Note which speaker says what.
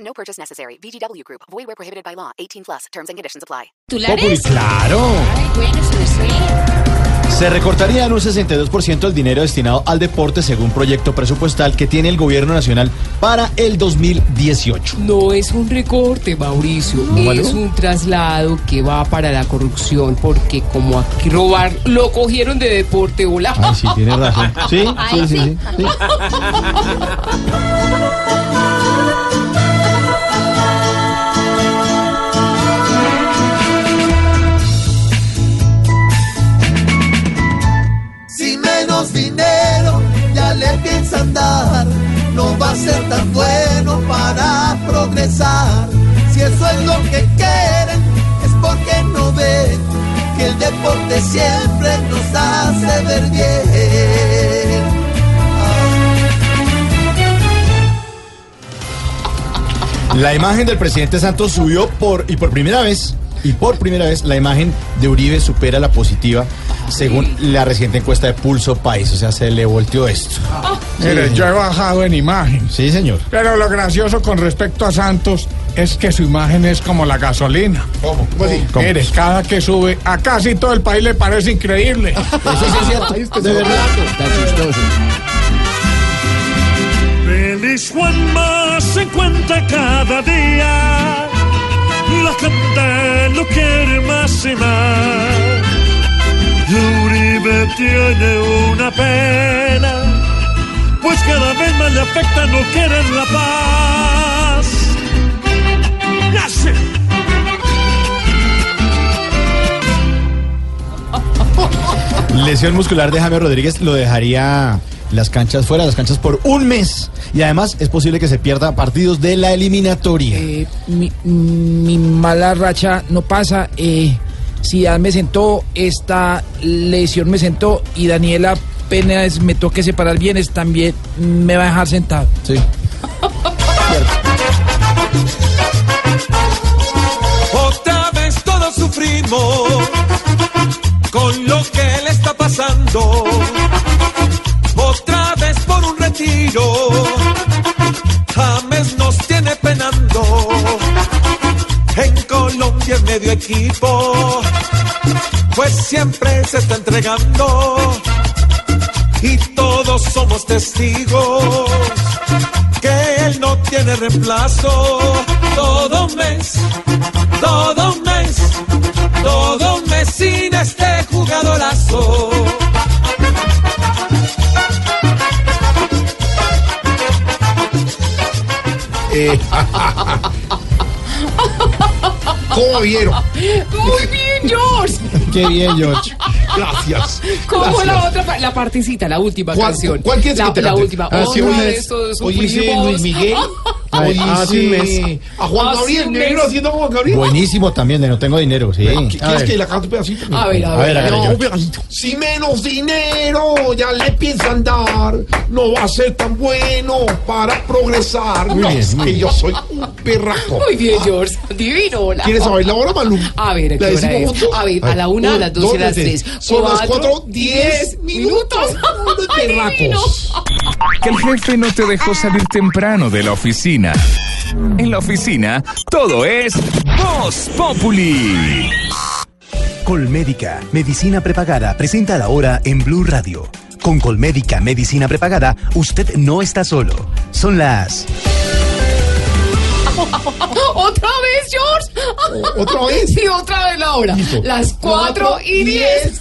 Speaker 1: No purchase necessary. VGW Group. Void where prohibited by law. 18 plus. Terms and conditions apply.
Speaker 2: Populi,
Speaker 3: ¿Titulares?
Speaker 2: claro.
Speaker 3: Ay, bueno, eso lo sé.
Speaker 2: Se recortaría en un 62% el dinero destinado al deporte según proyecto presupuestal que tiene el gobierno nacional para el 2018.
Speaker 4: No es un recorte, Mauricio,
Speaker 2: ¿Malo?
Speaker 4: es un traslado que va para la corrupción, porque como aquí robar lo cogieron de deporte, hola.
Speaker 2: Ay, sí, tiene razón. Sí,
Speaker 5: Ah,
Speaker 3: Ay,
Speaker 2: sí, sí,
Speaker 3: sí.
Speaker 2: sí, sí.
Speaker 6: Sin menos dinero ya le piensan dar, no va a ser tan bueno para progresar. Si eso es lo que quieren, es porque no ven que el deporte siempre nos hace ver bien.
Speaker 2: La imagen del presidente Santos subió por y por primera vez y por primera vez la imagen de Uribe supera la positiva según la reciente encuesta de Pulso País, o sea, se le volteó esto.
Speaker 7: Mire, yo he bajado en imagen.
Speaker 2: Sí, señor.
Speaker 7: Pero lo gracioso con respecto a Santos es que su imagen es como la gasolina.
Speaker 2: ¿Cómo? ¿Cómo?
Speaker 7: Mire, cada que sube, a casi todo el país le parece increíble.
Speaker 2: Eso sí es cierto. De verdad.
Speaker 8: Feliz Juanma se encuentra cada día. La gente lo quiere más y más. Y Uribe tiene una pena, pues cada vez más le afecta, no quieren la paz. Ya sé.
Speaker 2: Lesión muscular de Jaime Rodríguez lo dejaría las canchas fuera, de las canchas por un mes. Y además es posible que se pierda partidos de la eliminatoria.
Speaker 9: Eh, mi, mi mala racha no pasa. Eh, Zidane me sentó, esta lesión me sentó y Daniela Penas me toque separar bienes, también me va a dejar sentado.
Speaker 2: Sí.
Speaker 8: Otra vez todos sufrimos con lo que le está pasando. Otra vez por un retiro. James nos tiene penando. En Colombia el medio equipo, pues siempre se está entregando. Y todos somos testigos que él no tiene reemplazo. Todo un mes todo un mes, todo un mes sin este jugadorazo.
Speaker 5: ¿Cómo vieron?
Speaker 4: Muy bien, George.
Speaker 2: Qué bien, George.
Speaker 5: Gracias.
Speaker 4: ¿Cómo la otra pa- la partecita, la última
Speaker 5: ¿Cuál-
Speaker 4: canción?
Speaker 5: cuál quieres
Speaker 4: la,
Speaker 5: que te
Speaker 4: la
Speaker 5: cante? Ah,
Speaker 4: última.
Speaker 5: Hace
Speaker 4: Otra
Speaker 5: un
Speaker 4: vez
Speaker 5: mes.
Speaker 4: todos
Speaker 5: Hoy hice
Speaker 4: sufrimos.
Speaker 5: Luis Miguel. Hoy
Speaker 2: hace un
Speaker 5: hice
Speaker 2: mes.
Speaker 5: a Juan
Speaker 4: Hace
Speaker 5: Gabriel.
Speaker 4: un
Speaker 5: Negro
Speaker 4: mes.
Speaker 5: haciendo a Juan Gabriel.
Speaker 2: Buenísimo también, de no tengo dinero. Sí. A
Speaker 5: ¿Quieres
Speaker 2: ver.
Speaker 5: que la cante un pedacito?
Speaker 7: Mm.
Speaker 4: A ver, a
Speaker 2: A ver,
Speaker 4: ver.
Speaker 2: a ver,
Speaker 5: No,
Speaker 2: George.
Speaker 5: pedacito. Si menos dinero ya le piensan dar, no va a ser tan bueno para progresar.
Speaker 2: Muy
Speaker 5: No,
Speaker 2: bien,
Speaker 5: es
Speaker 2: muy
Speaker 5: que
Speaker 2: bien.
Speaker 5: yo soy un perraco.
Speaker 4: Muy bien, George. Divino, hola.
Speaker 5: ¿Quieres saber la hora, Malú?
Speaker 4: A ver, ¿a
Speaker 5: ¿La
Speaker 4: qué hora
Speaker 5: decimos
Speaker 4: es?
Speaker 5: juntos?
Speaker 4: A ver, a la una, a las dos y a las tres.
Speaker 5: Son las
Speaker 4: Cuatro,
Speaker 5: cuatro, diez
Speaker 4: diez
Speaker 5: minutos.
Speaker 4: minutos.
Speaker 5: Unos perracos.
Speaker 10: Que el jefe no te dejó salir temprano de la oficina. En la oficina, todo es Voz Populi.
Speaker 11: Colmédica, medicina prepagada, presenta la hora en Blue Radio. Con Colmédica, medicina prepagada, usted no está solo. Son las
Speaker 4: Otra vez, George.
Speaker 5: ¿Otra vez?
Speaker 4: Sí, otra vez la hora. Las cuatro y diez.